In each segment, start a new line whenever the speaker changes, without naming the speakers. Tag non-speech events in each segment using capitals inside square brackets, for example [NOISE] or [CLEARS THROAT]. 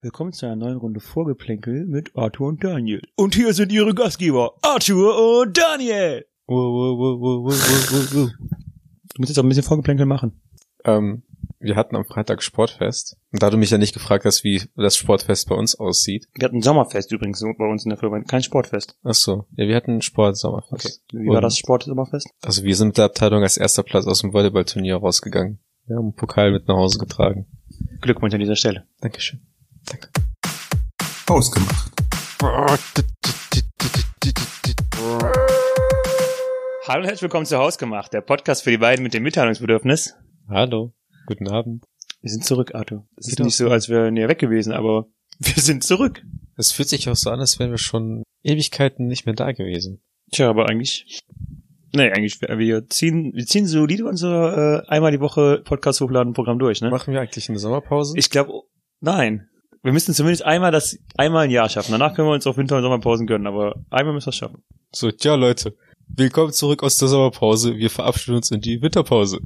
Willkommen zu einer neuen Runde Vorgeplänkel mit Arthur und Daniel. Und hier sind ihre Gastgeber, Arthur und Daniel. Wow, wow, wow, wow, wow, wow, wow. Du musst jetzt auch ein bisschen Vorgeplänkel machen.
Ähm, wir hatten am Freitag Sportfest. Und da du mich ja nicht gefragt hast, wie das Sportfest bei uns aussieht.
Wir hatten ein Sommerfest übrigens bei uns in der Firma, kein Sportfest.
Ach so. Ja, wir hatten Sport-Sommerfest.
Wie war das Sport-Sommerfest?
Also wir sind mit der Abteilung als erster Platz aus dem Volleyballturnier rausgegangen. Wir haben einen Pokal mit nach Hause getragen.
Glückwunsch an dieser Stelle.
Dankeschön. Danke.
Ausgemacht.
Hallo und herzlich willkommen zu Hausgemacht, der Podcast für die beiden mit dem Mitteilungsbedürfnis.
Hallo. Guten Abend.
Wir sind zurück, Arthur. Es ist
Wieder.
nicht so, als wären wir weg gewesen, aber wir sind zurück.
Es fühlt sich auch so an, als wären wir schon Ewigkeiten nicht mehr da gewesen.
Tja, aber eigentlich. Nee, eigentlich, wir- wir ziehen, wir ziehen solide unser äh, einmal die Woche Podcast hochladen Programm durch, ne?
Machen wir eigentlich eine Sommerpause?
Ich glaube, nein. Wir müssen zumindest einmal das, einmal ein Jahr schaffen. Danach können wir uns auf Winter- und Sommerpausen gönnen, aber einmal müssen wir es schaffen.
so, tja Leute, willkommen zurück aus der Sommerpause. Wir verabschieden uns in die Winterpause.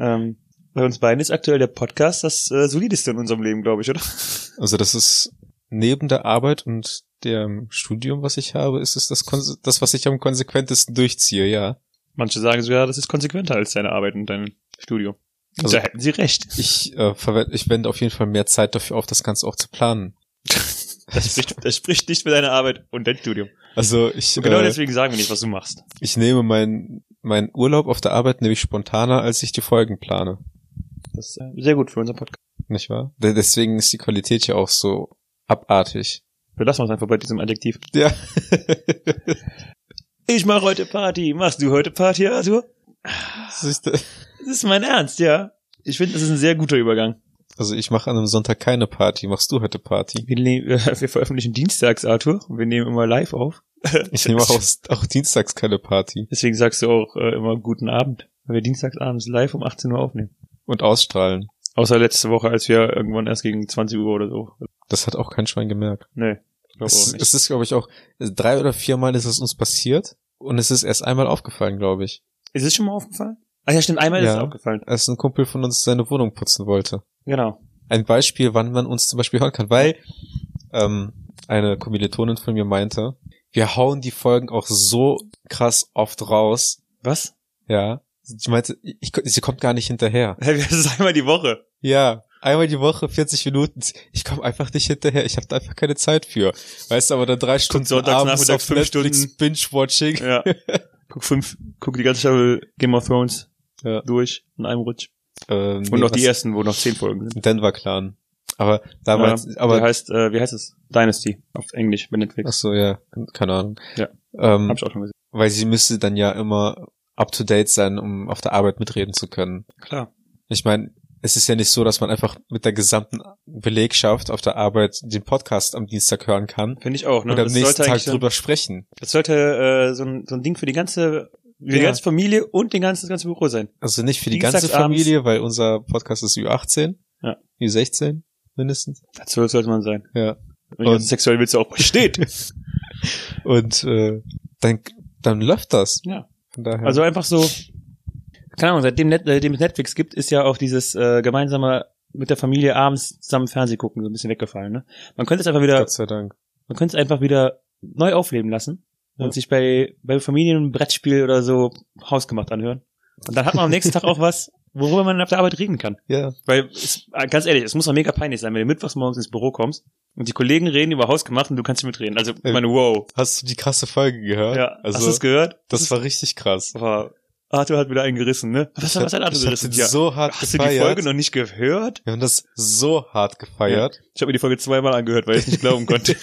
Ähm, bei uns beiden ist aktuell der Podcast das äh, solideste in unserem Leben, glaube ich, oder? [LAUGHS]
Also das ist neben der Arbeit und dem Studium, was ich habe, ist es das, konse- das was ich am konsequentesten durchziehe, ja.
Manche sagen sogar, das ist konsequenter als deine Arbeit und dein Studium.
Also-
da hätten sie
[LAUGHS]
recht.
Ich äh, verwende, ich wende auf jeden Fall mehr Zeit dafür auf, das Ganze auch zu planen.
Das spricht, das spricht nicht für deine Arbeit und dein Studium.
Also ich,
Und genau
äh,
deswegen sagen wir nicht, was du machst.
ich nehme meinen meinen Urlaub auf der Arbeit nämlich spontaner, als ich die Folgen plane,
Das ist äh, sehr gut für unseren Podcast.
nicht wahr? De- Deswegen ist die Qualität ja auch so abartig.
[LAUGHS] Belassen wir es einfach bei diesem Adjektiv.
Ja.
Ich mache heute Party. Machst du heute Party, Arthur?
Das ist-
Das ist mein Ernst, ja. Ich finde, das ist ein sehr guter Übergang.
also ich mache an einem Sonntag keine Party. Machst du heute Party?
Wir, nehmen- [LAUGHS] wir veröffentlichen dienstags, Arthur. Wir nehmen immer live auf.
Ich nehme auch, auch dienstags keine Party
Deswegen sagst du auch äh, immer guten Abend, weil wir dienstags abends live um 18 Uhr aufnehmen.
und ausstrahlen.
Außer letzte Woche, als wir irgendwann erst gegen 20 Uhr oder so.
Das hat auch kein Schwein gemerkt.
Nee, ich glaube auch
Es,
nicht.
es ist, glaube ich, auch also drei oder viermal ist es uns passiert und es ist erst einmal aufgefallen, glaube ich,
Ist es schon mal aufgefallen? Ach ja, stimmt, einmal ist es
Ja.
aufgefallen.
als ein Kumpel von uns seine Wohnung putzen wollte.
Genau.
Ein Beispiel, wann man uns zum Beispiel hören kann, weil ähm, eine Kommilitonin von mir meinte, wir hauen die Folgen auch so krass oft raus,
Was? [LAUGHS]
ja. Sie meinte, ich, sie kommt gar nicht hinterher.
Hey, Das ist einmal die Woche.
Ja, einmal die Woche, 40 Minuten. Ich komme einfach nicht hinterher. Ich habe da einfach keine Zeit für. Weißt du, aber dann drei Stunden
sonntags
abends
nachmittags
auf
fünf
Netflix
Stunden.
Binge-Watching. [LAUGHS]
Ja. Guck fünf, guck die ganze Staffel Game of Thrones
Ja.
durch in einem Rutsch.
Ähm,
Und
nee,
noch die
was-
ersten, wo noch zehn Folgen sind.
Denver Clan. Aber damals, aber
der heißt, äh, wie heißt es? Dynasty auf Englisch bei Netflix.
ach so ja, keine Ahnung.
Ja.
Ähm,
Hab ich auch schon gesehen.
weil sie müsste dann ja immer up to date sein, um auf der Arbeit mitreden zu können.
Klar.
Ich meine, es ist ja nicht so, dass man einfach mit der gesamten Belegschaft auf der Arbeit den Podcast am Dienstag hören kann
Finde ich auch, ne?
und am
Das
nächsten
sollte,
Tag
eigentlich so,
drüber sprechen.
das sollte äh, so, ein, so ein Ding für die ganze, für die
Ja.
ganze Familie und den ganzen, das ganze Büro sein.
Also nicht für die ganze
Dienstagsabends.
Familie, weil unser Podcast ist Ü18,
Ja.
Ü16 mindestens.
Zwölf sollte man sein.
Ja.
Und die ganzen sexuellen Witze auch [LAUGHS] besteht.
Und äh, dann dann läuft das.
Ja.
Von daher.
also einfach so, keine Ahnung, seitdem, Net, seitdem es Netflix gibt, ist ja auch dieses äh, gemeinsame mit der Familie abends zusammen Fernsehen gucken so ein bisschen weggefallen, ne? Man könnte es einfach wieder
Gott sei Dank.
Man könnte es einfach wieder neu aufleben lassen und
Ja.
sich bei, bei Familien ein Brettspiel oder so hausgemacht anhören. Und dann hat man am nächsten Tag auch was, worüber man auf der Arbeit reden kann.
Ja.
Weil, es, äh, ganz ehrlich, es muss doch mega peinlich sein, wenn du mittwochs morgens ins Büro kommst und die Kollegen reden über hausgemacht und du kannst nicht mitreden. Also, ich
Ey.
meine, wow.
Hast du die krasse Folge gehört?
Ja, hast
Äh, also
du es gehört?
das war richtig krass.
Aber Arthur hat wieder einen gerissen, ne? Was, was hat Arthur
ich hab
gerissen?
den
Ja.
so hart
Hast du
gefeiert.
die Folge noch nicht gehört?
Wir haben das so hart gefeiert.
Ich habe mir die Folge zweimal angehört, weil ich nicht glauben
[LAUGHS]
konnte.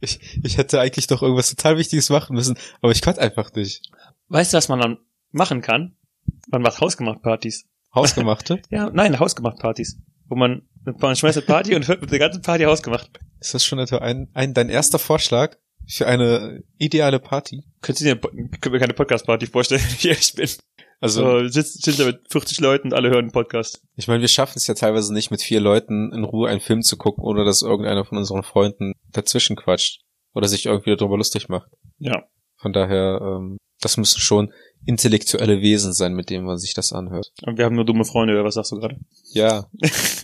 Ich, ich hätte eigentlich doch irgendwas total Wichtiges machen müssen, aber ich konnte einfach nicht.
weißt du, was man dann machen kann? Man macht hausgemacht Partys. [LAUGHS]
Hausgemachte?
Ja, nein, Hausgemacht-Partys. Wo man, man schmeißt eine Party und hört mit der ganzen Party Hausgemacht.
Ist das schon etwa ein, ein, dein erster Vorschlag für eine ideale Party?
Könntest du dir könnt mir keine Podcast-Party vorstellen, [LAUGHS] wenn ich ehrlich bin.
Also,
So, sitzt, sitzt da mit 40 Leuten und alle hören einen Podcast.
ich meine, wir schaffen es ja teilweise nicht, mit vier Leuten in Ruhe einen Film zu gucken, ohne dass irgendeiner von unseren Freunden dazwischen quatscht oder sich irgendwie darüber lustig macht.
Ja.
Von daher, ähm, das müssen schon intellektuelle Wesen sein, mit denen man sich das anhört.
Und wir haben nur dumme Freunde, oder was sagst du gerade? [CLEARS THROAT]
Ja.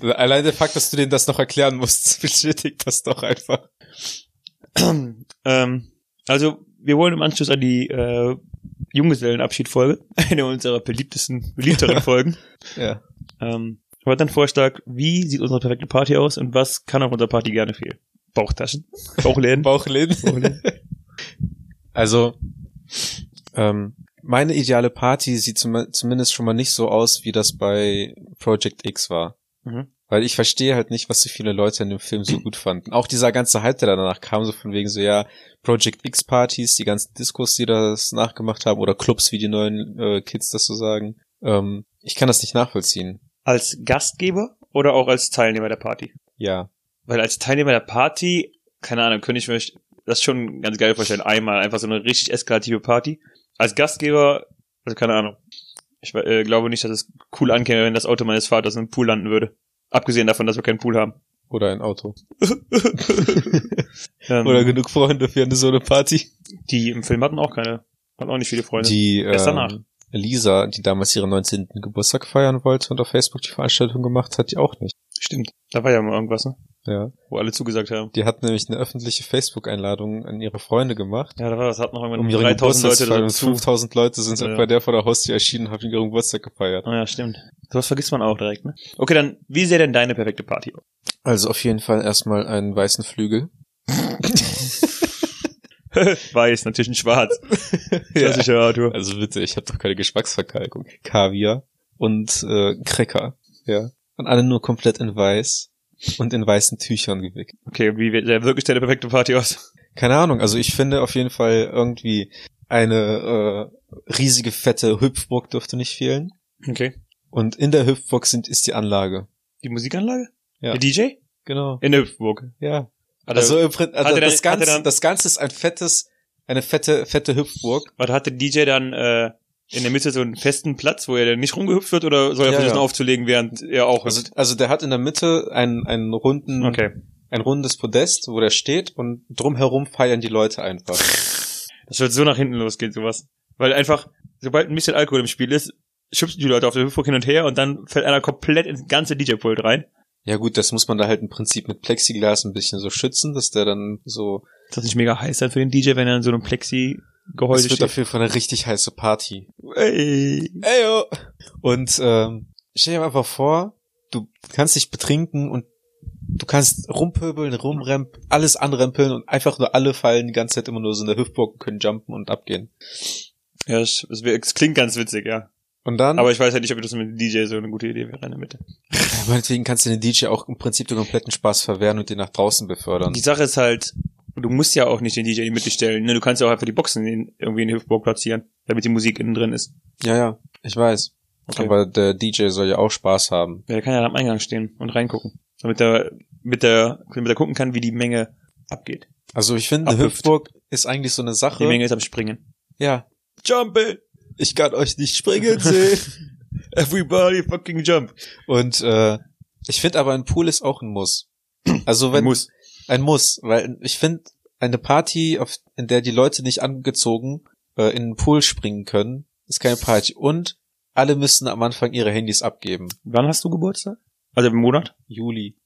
Allein der Fakt, dass du denen das noch erklären musst, [LAUGHS] bestätigt das doch einfach.
Ähm, also, wir wollen im Anschluss an die äh, Junggesellenabschiedfolge, [LAUGHS] eine unserer beliebtesten, beliebteren Folgen,
Ja.
ähm, aber dann Vorschlag, wie sieht unsere perfekte Party aus und was kann auf unserer Party gerne fehlen? Bauchtaschen,
[LAUGHS]
Bauchläden,
Bauchlin.
Bauchläden.
Also, ähm, meine ideale Party sieht zum, zumindest schon mal nicht so aus, wie das bei Project X war.
Mhm.
Weil ich verstehe halt nicht, was so viele Leute in dem Film so gut fanden. Auch dieser ganze Hype, der danach kam, so von wegen so, ja, Project X-Partys, die ganzen Discos, die das nachgemacht haben, oder Clubs, wie die neuen äh, Kids das so sagen. Ähm, ich kann das nicht nachvollziehen.
Als Gastgeber oder auch als Teilnehmer der Party?
Ja.
Weil als Teilnehmer der Party, keine Ahnung, könnte ich mir das schon ganz geil vorstellen. Einmal einfach so eine richtig eskalative Party. Als Gastgeber, also keine Ahnung. Ich äh, glaube nicht, dass es cool ankäme, wenn das Auto meines Vaters in einem Pool landen würde. Abgesehen davon, dass wir keinen Pool haben.
Oder ein Auto.
Ähm,
Oder genug Freunde für eine so eine Party.
die im Film hatten auch keine, hatten auch nicht viele Freunde.
Die
Erst danach.
ähm, Lisa, die damals ihren 19. Geburtstag feiern wollte und auf Facebook die Veranstaltung gemacht hat, die auch nicht.
Stimmt. Da war ja mal irgendwas, ne?
Ja.
Wo alle zugesagt haben.
Die hat nämlich eine öffentliche Facebook-Einladung an ihre Freunde gemacht.
Ja, da war das, hat noch irgendwann
Um ihre
3000 Leute
Geburtstagsfeier und
dazu.
5000 Leute sind
Ja.
bei der vor der Haustür erschienen und haben ihren Geburtstag gefeiert.
Ah ja, stimmt. Sowas vergisst man auch direkt, ne? Okay, dann, wie sähe denn deine perfekte Party aus? [LAUGHS]
Also auf jeden Fall erstmal einen weißen [LAUGHS] Flügel.
Weiß, natürlich ein
[LAUGHS]
Schwarz. Klassischer Arthur.
Also bitte, ich habe doch keine Geschmacksverkalkung. Kaviar und äh, Cracker. Ja. Und alle nur komplett in weiß und in weißen Tüchern gewickelt.
Okay, wie sieht wirklich deine perfekte Party aus?
Keine Ahnung, also ich finde auf jeden Fall irgendwie eine äh, riesige, fette Hüpfburg dürfte nicht fehlen.
Okay.
Und in der Hüpfburg sind, ist die Anlage.
Die Musikanlage?
Ja.
Der DJ?
Genau.
In der Hüpfburg.
Ja.
Hat er-
also im Prin- also
er dann-
das,
hat er
Ganze,
dann-
das Ganze ist ein fettes, eine fette, fette Hüpfburg.
Warte, hat der DJ dann äh, in der Mitte so einen festen Platz, wo er dann nicht rumgehüpft wird oder soll er
Ja,
versuchen
ja.
aufzulegen, während er auch
Also,
hüpft?
also der hat in der Mitte einen, einen runden,
Okay.
ein rundes Podest, wo der steht und drumherum feiern die Leute einfach.
Das wird so nach hinten losgehen, sowas. Weil einfach, sobald ein bisschen Alkohol im Spiel ist, schubsen die Leute auf der Hüpfburg hin und her und dann fällt einer komplett ins ganze DJ-Pult rein.
Ja gut, das muss man da halt im Prinzip mit Plexiglas ein bisschen so schützen, dass der dann so
Ist das nicht mega heiß dann für den DJ, wenn er in so einem
Das
Plexi-Gehäuse
wird
steht?
dafür von eine richtig heiße Party.
Ey.
Eyo. Und ähm, stell dir mal einfach vor, du kannst dich betrinken und du kannst rumpöbeln, rumremp, alles anrempeln und einfach nur alle fallen die ganze Zeit immer nur so in der Hüftburg und können jumpen und abgehen.
Ja, es, es, es klingt ganz witzig, ja.
Und dann,
Aber ich weiß halt nicht, ob das mit dem DJ so eine gute Idee wäre in der Mitte.
ja, [LAUGHS] meinetwegen kannst du den DJ auch im Prinzip den kompletten Spaß verwehren und den nach draußen befördern.
Die Sache ist halt, du musst ja auch nicht den DJ in die Mitte stellen. Ne? Du kannst ja auch einfach die Boxen in, irgendwie in die Hüftburg platzieren, damit die Musik innen drin ist.
Ja, ja, ich weiß.
Okay.
Aber der DJ soll ja auch Spaß haben.
Ja, der kann ja am Eingang stehen und reingucken, damit er mit der, damit er gucken kann, wie die Menge abgeht.
Also ich finde, eine
Abhüpft.
Hüftburg ist eigentlich so eine Sache.
Die Menge ist am Springen.
Ja.
Jump it!
Ich kann euch nicht springen [LAUGHS] sehen.
Everybody fucking jump!
Und äh, ich finde aber ein Pool ist auch ein Muss. Also wenn
Ein Muss.
ein Muss weil ich finde eine Party, auf, in der die Leute nicht angezogen äh, in den Pool springen können, ist keine Party. Und alle müssen am Anfang ihre Handys abgeben.
Wann hast du Geburtstag? Also im Monat?
Juli.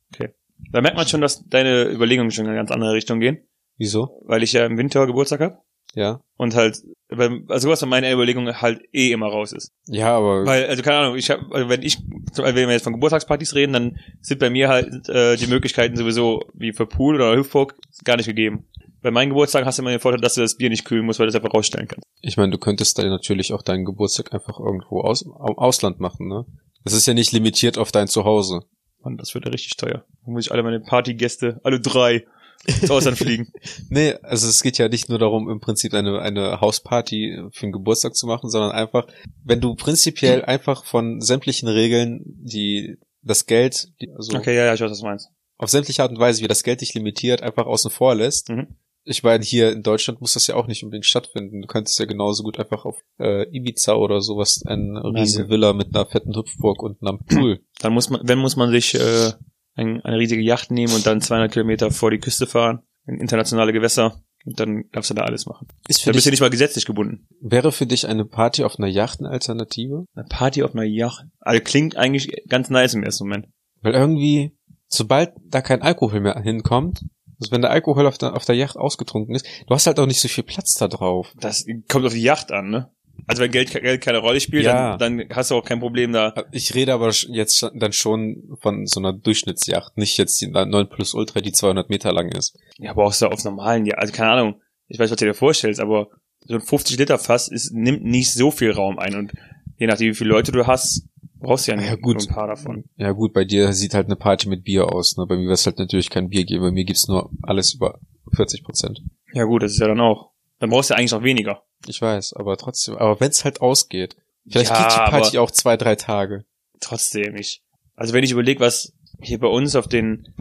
Da merkt man schon, dass deine Überlegungen schon in eine ganz andere Richtung gehen,
Wieso?
weil ich ja im Winter Geburtstag habe
Ja.
und halt, beim- also was von meiner Überlegung halt eh immer raus ist.
Ja, aber
Weil, also keine Ahnung, ich hab, also wenn ich, wenn wir jetzt von Geburtstagspartys reden, dann sind bei mir halt äh, die Möglichkeiten sowieso wie für Pool oder Hüpfburg gar nicht gegeben. Bei meinen Geburtstagen hast du immer den Vorteil, dass du das Bier nicht kühlen musst, weil du es einfach rausstellen kannst.
ich meine, du könntest da natürlich auch deinen Geburtstag einfach irgendwo aus, im Ausland machen, ne? Das ist ja nicht limitiert auf dein Zuhause.
Mann, das wird ja richtig teuer. Da muss ich alle meine Partygäste, alle drei, ins Ausland fliegen.
Nee, also es geht ja nicht nur darum, im Prinzip eine, eine Hausparty für den Geburtstag zu machen, sondern einfach, wenn du prinzipiell einfach von sämtlichen Regeln, die das Geld, die, also
Okay, ja, ja, ich weiß, was du meinst.
auf sämtliche Art und Weise, wie das Geld dich limitiert, einfach außen vor lässt.
Mhm.
Ich meine, hier in Deutschland muss das ja auch nicht unbedingt stattfinden. Du könntest ja genauso gut einfach auf äh, Ibiza oder sowas eine riesen Villa mit einer fetten Hüpfburg und einem
[CLEARS THROAT]
Pool.
Dann muss man, wenn muss man sich äh, ein, eine riesige Yacht nehmen und dann 200 Kilometer vor die Küste fahren, in internationale Gewässer Dann darfst du da alles machen.
Ist für
Dann bist du
dich,
nicht mal gesetzlich gebunden.
wäre für dich eine Party auf einer Yacht eine Alternative?
Eine Party auf einer Yacht. Also klingt eigentlich ganz nice im ersten Moment.
Weil irgendwie, sobald da kein Alkohol mehr hinkommt, also wenn der Alkohol auf der, auf der Yacht ausgetrunken ist, du hast halt auch nicht so viel Platz da drauf.
Das kommt auf die Yacht an, ne? Also wenn Geld, Geld keine Rolle spielt,
Ja.
dann, dann hast du auch kein Problem da.
Ich rede aber sch- jetzt sch- dann schon von so einer Durchschnittsjacht, nicht jetzt die 9 Plus Ultra, die 200 Meter lang ist.
Ja, brauchst du auf normalen Yacht. Also keine Ahnung. Ich weiß, was du dir vorstellst, aber so ein 50 Liter Fass ist, nimmt nicht so viel Raum ein und je nachdem, wie viele Leute du hast, brauchst du ja,
Ja,
nicht
gut.
nur ein paar davon.
Ja gut, bei dir sieht halt eine Party mit Bier aus. Ne? Bei mir wird es halt natürlich kein Bier geben. Bei mir gibt's nur alles über 40 Prozent.
Ja gut, das ist ja dann auch. Dann brauchst du eigentlich noch weniger.
Ich weiß, aber trotzdem. Aber wenn's halt ausgeht. Vielleicht
Ja,
geht die Party
aber-
auch zwei, drei Tage.
Trotzdem, ich. Also wenn ich überlege, was hier bei uns auf den,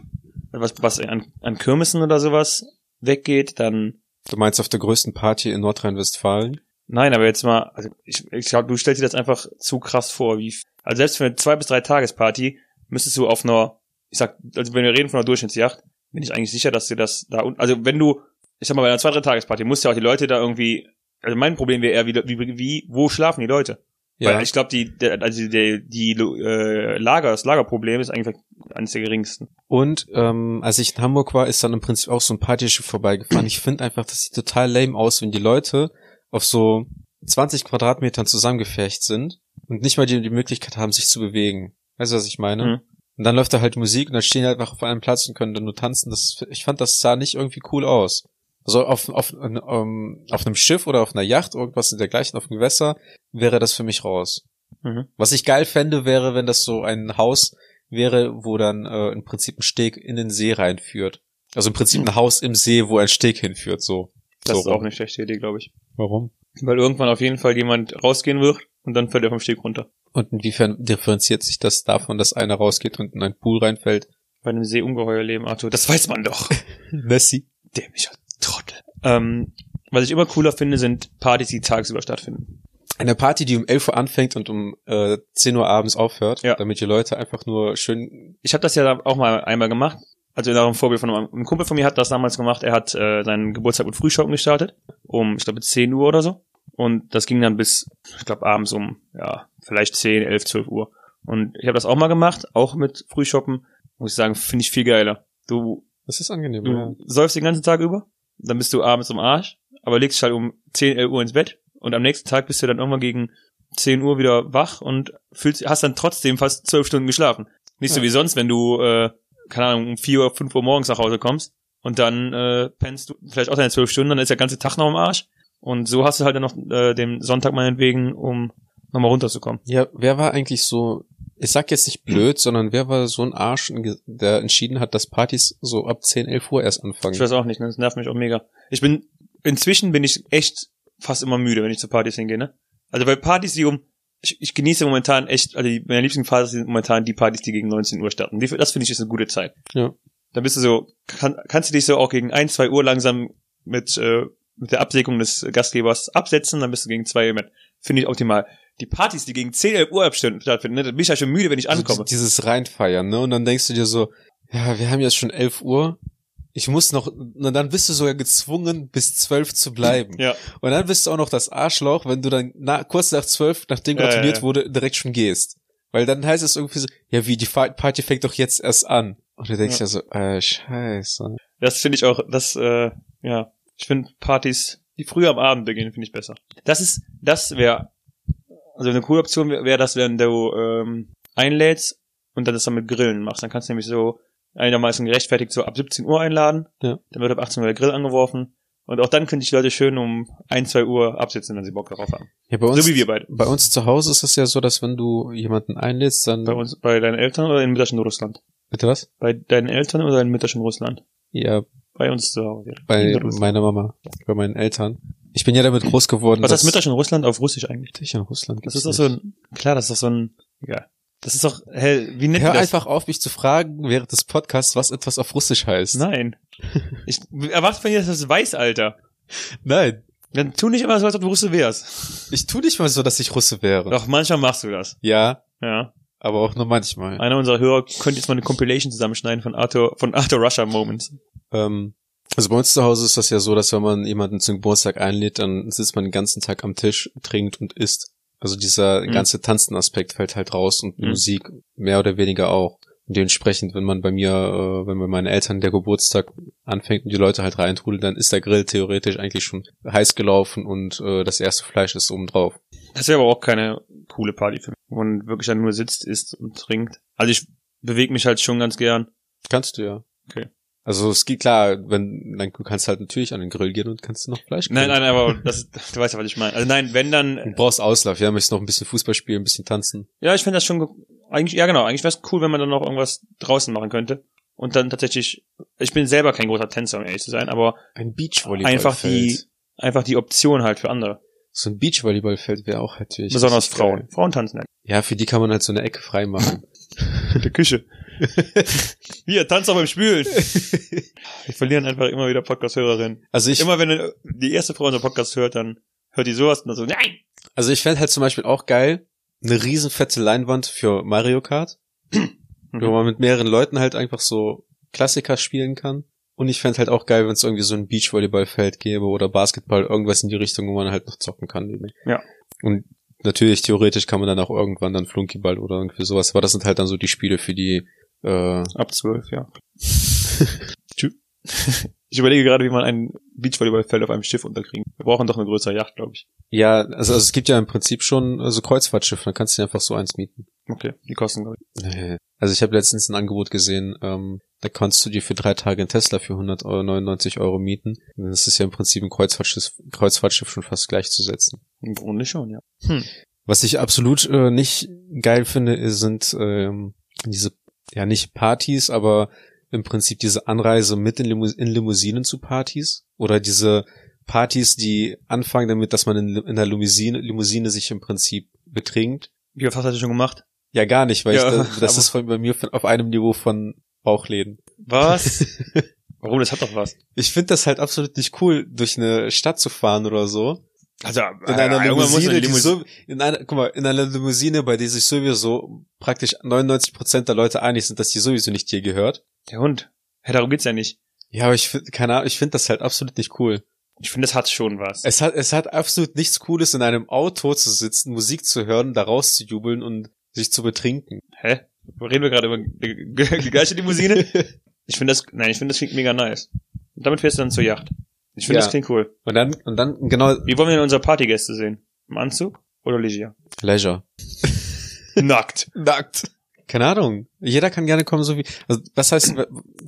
was, was an, an Kirmessen oder sowas weggeht, dann
Du meinst auf der größten Party in Nordrhein-Westfalen?
Nein, aber jetzt mal, also ich, ich glaube, du stellst dir das einfach zu krass vor, wie, f- also selbst für eine zwei bis drei Tagesparty müsstest du auf einer, ich sag, also wenn wir reden von einer Durchschnittsjacht, bin ich eigentlich sicher, dass dir das da, un- also wenn du, ich sag mal, bei einer zwei, drei Tagesparty musst du ja auch die Leute da irgendwie, also mein Problem wäre eher, wie, wie, wie, wo schlafen die Leute? Weil ich glaube, die, der, also die, die, äh, Lager, das Lagerproblem ist eigentlich eines der geringsten.
Und ähm, als ich in Hamburg war, ist dann im Prinzip auch so ein Partyschiff vorbeigefahren. Ich finde einfach, das sieht total lame aus, wenn die Leute auf so 20 Quadratmetern zusammengefercht sind und nicht mal die, die Möglichkeit haben, sich zu bewegen. Weißt du, was ich meine?
Mhm.
Und dann läuft da halt Musik und dann stehen die halt einfach auf einem Platz und können dann nur tanzen. Das, ich fand, das sah nicht irgendwie cool aus. Also auf, auf, ähm, auf einem Schiff oder auf einer Yacht, irgendwas in dergleichen, auf dem Gewässer, wäre das für mich raus.
Mhm.
Was ich geil fände, wäre, wenn das so ein Haus wäre, wo dann äh, im Prinzip ein Steg in den See reinführt. Also im Prinzip ein Haus im See, wo ein Steg hinführt, so.
Mhm. Das
so
ist auch
rum.
eine schlechte Idee, glaube ich.
Warum?
Weil irgendwann auf jeden Fall jemand rausgehen wird und dann fällt er vom Steg runter.
Und inwiefern differenziert sich das davon, dass einer rausgeht und in einen Pool reinfällt?
Bei einem Seeungeheuer leben, Arthur. Das weiß man
[LAUGHS]
doch.
Nessie.
Dämlicher Trottel. Ähm, was ich immer cooler finde, sind Partys, die tagsüber stattfinden.
Eine Party, die um 11 Uhr anfängt und um äh, 10 Uhr abends aufhört,
Ja.
damit die Leute einfach nur schön...
Ich habe das ja auch mal einmal gemacht. Also nach einem Vorbild von einem, ein Kumpel von mir hat das damals gemacht. Er hat äh, seinen Geburtstag mit Frühschoppen gestartet. Um, ich glaube, 10 Uhr oder so. Und das ging dann bis, ich glaube, abends um, ja, vielleicht 10, 11, 12 Uhr. Und ich habe das auch mal gemacht, auch mit Frühschoppen. Muss ich sagen, finde ich viel geiler. Du
Das ist angenehm,
Du
ja.
Mhm. säufst den ganzen Tag über, dann bist du abends am Arsch, aber legst dich halt um 10, 11 Uhr ins Bett und am nächsten Tag bist du dann irgendwann gegen 10 Uhr wieder wach und fühlst, hast dann trotzdem fast 12 Stunden geschlafen. Nicht so
Ja.
wie sonst, wenn du, äh, keine Ahnung, um 4 Uhr, 5 Uhr morgens nach Hause kommst und dann äh, pennst du vielleicht auch deine 12 Stunden, dann ist der ganze Tag noch am Arsch und so hast du halt dann noch äh, den Sonntag meinetwegen, um nochmal runterzukommen.
Ja, wer war eigentlich so, ich sag jetzt nicht blöd, sondern wer war so ein Arsch, der entschieden hat, dass Partys so ab 10, 11 Uhr erst anfangen?
Ich weiß auch nicht, ne? das nervt mich auch mega. Ich bin, inzwischen bin ich echt fast immer müde, wenn ich zu Partys hingehe, ne? Also bei Partys, die um, ich, ich genieße momentan echt, also die, meine liebsten Partys sind momentan die Partys, die gegen 19 Uhr starten. Die, das finde ich ist eine gute Zeit.
Ja.
Da bist du so, kann, kannst du dich so auch gegen 1, 2 Uhr langsam mit, äh, mit der Absegnung des Gastgebers absetzen, dann bist du gegen 2 Uhr im Bett. Finde ich optimal. Die Partys, die gegen 10, 11 Uhr abstimmen- stattfinden, ne? da bin ich ja schon müde, wenn ich
Also
ankomme.
di- dieses Reinfeiern, ne? Und dann denkst du dir so, ja, wir haben jetzt schon 11 Uhr. Ich muss noch, und dann bist du sogar gezwungen, bis 12 zu bleiben.
Ja.
Und dann bist du auch noch das Arschloch, wenn du dann na, kurz nach 12, nachdem
Ja,
gratuliert
ja, ja.
wurde, direkt schon gehst. Weil dann heißt es irgendwie so, ja, wie, die Fa- Party fängt doch jetzt erst an. Und du denkst ja,
Ja.
so, äh, scheiße.
Das finde ich auch, das, äh, ja, ich finde Partys, die früh am Abend beginnen, finde ich besser. Das ist, das wäre, also eine coole Option wäre wär das, wenn du ähm, einlädst und dann das dann mit Grillen machst. Dann kannst du nämlich so einigermaßen gerechtfertigt so ab 17 Uhr einladen,
Ja.
dann wird ab 18 Uhr der Grill angeworfen und auch dann können sich Leute schön um 1, 2 Uhr absitzen, wenn sie Bock darauf haben.
Ja, bei
So wie wir beide.
Bei uns zu Hause ist es ja so, dass wenn du jemanden einlädst, dann.
Bei uns, bei deinen Eltern oder in Mütterchen Russland?
Bitte was?
Bei deinen Eltern oder in Mütterchen Russland?
Ja,
Bei uns zu Hause.
bei
In Russland.
meiner Mama, bei meinen Eltern. Ich bin ja damit groß geworden.
Was heißt
dass-
Mütterchen Russland auf Russisch eigentlich?
Mütterchen in Russland.
Das
gibt's
ist doch so
nicht.
ein, klar, das ist doch so ein, egal. Das ist doch, hä, wie nennt
Hör
ihr das?
einfach auf, mich zu fragen während des Podcasts, was etwas auf Russisch heißt. [LAUGHS]
Nein. Ich erwarte von dir, dass du das weiß, Alter.
Nein.
Dann tu nicht immer so, als ob du Russe wärst.
Ich tu nicht mal so, dass ich Russe wäre.
Doch, manchmal machst du das.
Ja,
Ja.
aber auch nur manchmal.
Einer unserer Hörer könnte jetzt mal eine Compilation zusammenschneiden von Arthur, von Arthur Russia Moments.
Ähm, Also bei uns zu Hause ist das ja so, dass wenn man jemanden zum Geburtstag einlädt, dann sitzt man den ganzen Tag am Tisch, trinkt und isst. Also dieser
Mhm.
ganze Tanzen-Aspekt fällt halt raus und
Mhm.
Musik mehr oder weniger auch. Und dementsprechend, wenn man bei mir, äh, wenn bei meinen Eltern der Geburtstag anfängt und die Leute halt reintrudeln, dann ist der Grill theoretisch eigentlich schon heiß gelaufen und äh, das erste Fleisch ist oben drauf.
Das wäre aber auch keine coole Party für mich, wo man wirklich dann nur sitzt, isst und trinkt. Also ich bewege mich halt schon ganz gern.
Kannst du ja.
Okay.
Also es geht klar, wenn dann du kannst halt natürlich an den Grill gehen und kannst noch Fleisch
Nein,
grillen.
nein, aber das, du weißt ja, was ich meine. Also nein, wenn
Du
dann,
brauchst Auslauf, ja, möchtest noch ein bisschen Fußball spielen, ein bisschen tanzen.
ja, ich finde das schon, ge- eigentlich, ja genau, eigentlich wäre es cool, wenn man dann noch irgendwas draußen machen könnte. Und dann tatsächlich, ich bin selber kein großer Tänzer, um ehrlich zu sein, aber
Ein
Einfach die-
Beachvolleyballfeld.
einfach die Option halt für andere.
So ein Beachvolleyballfeld wäre auch halt natürlich.
Besonders
richtig
Frauen.
Geil.
Frauen tanzen
[LAUGHS]
halt.
Ja, für die kann man halt so eine
[LAUGHS]
Ecke freimachen.
In der
[LAUGHS]
Küche. Hier, tanzt doch beim Spülen. Wir verlieren einfach immer wieder Podcast-Hörerinnen.
also ich,
Immer wenn äh, die erste Frau unseren Podcast hört, dann hört die sowas und dann so, nein!
also ich fände halt zum Beispiel auch geil, eine riesen fette Leinwand für
[CLEARS THROAT]
Mario Kart, wo man mit mehreren Leuten halt einfach so Klassiker spielen kann. Und ich fände halt auch geil, wenn es irgendwie so ein Beachvolleyballfeld gäbe oder Basketball, irgendwas in die Richtung, wo man halt noch zocken kann.
Ja.
Und natürlich, theoretisch kann man dann auch irgendwann dann Flunkyball oder irgendwie sowas, aber das sind halt dann so die Spiele für die, äh,
Ab zwölf,
[LAUGHS]
ja. Tschü- ich überlege gerade, wie man ein Beachvolleyballfeld auf einem Schiff unterkriegen. Wir brauchen doch eine größere Yacht, glaube ich.
Ja, also, also es gibt ja im Prinzip schon äh, so Kreuzfahrtschiffe, dann kannst du dir einfach so eins mieten.
Okay, die kosten, glaube ich.
Also ich habe letztens ein Angebot gesehen, ähm, da kannst du dir für drei Tage ein Tesla für 199 Euro mieten. Das ist ja im Prinzip ein Kreuzfahrtschiff, Kreuzfahrtschiff schon fast gleichzusetzen.
Im Grunde schon, ja.
Was ich absolut äh, nicht geil finde, ist- sind ähm, diese, ja nicht Partys, aber im Prinzip diese Anreise mit in, Limus in Limousinen zu Partys oder diese Partys, die anfangen damit, dass man in, in der Limousine, Limousine sich im Prinzip betrinkt
Wie oft hast du das schon gemacht?
Ja, gar nicht, weil
[LAUGHS] Ja,
ich da, das
aber-
ist von, bei mir von, auf einem Niveau von Bauchläden. [LAUGHS]
Was? Warum? Das hat doch was.
Ich finde das halt absolut nicht cool, durch eine Stadt zu fahren oder so.
Also,
In einer Limousine, die so, in einer, guck mal, in einer Limousine, bei der sich sowieso praktisch 99 Prozent der Leute einig sind, dass die sowieso nicht dir gehört.
Der Hund. Hey, darum geht's ja nicht.
Ja, aber ich finde, keine Ahnung, ich finde das halt absolut nicht cool.
Ich finde, das hat schon was.
Es hat, es hat absolut nichts Cooles, in einem Auto zu sitzen, Musik zu hören, da rauszujubeln und sich zu betrinken.
Hä? Reden wir gerade über die, die gleiche
[LAUGHS]
Limousine? Ich finde das, nein, ich finde das klingt mega nice. Und damit fährst du dann zur Yacht. Ich finde
Ja.
das klingt cool.
Und dann, und dann, genau,
Wie wollen wir denn unsere Partygäste sehen? Im Anzug oder leger?
Leisure.
Nackt.
[LAUGHS] Nackt. Keine Ahnung. Jeder kann gerne kommen, so wie. Also, was heißt,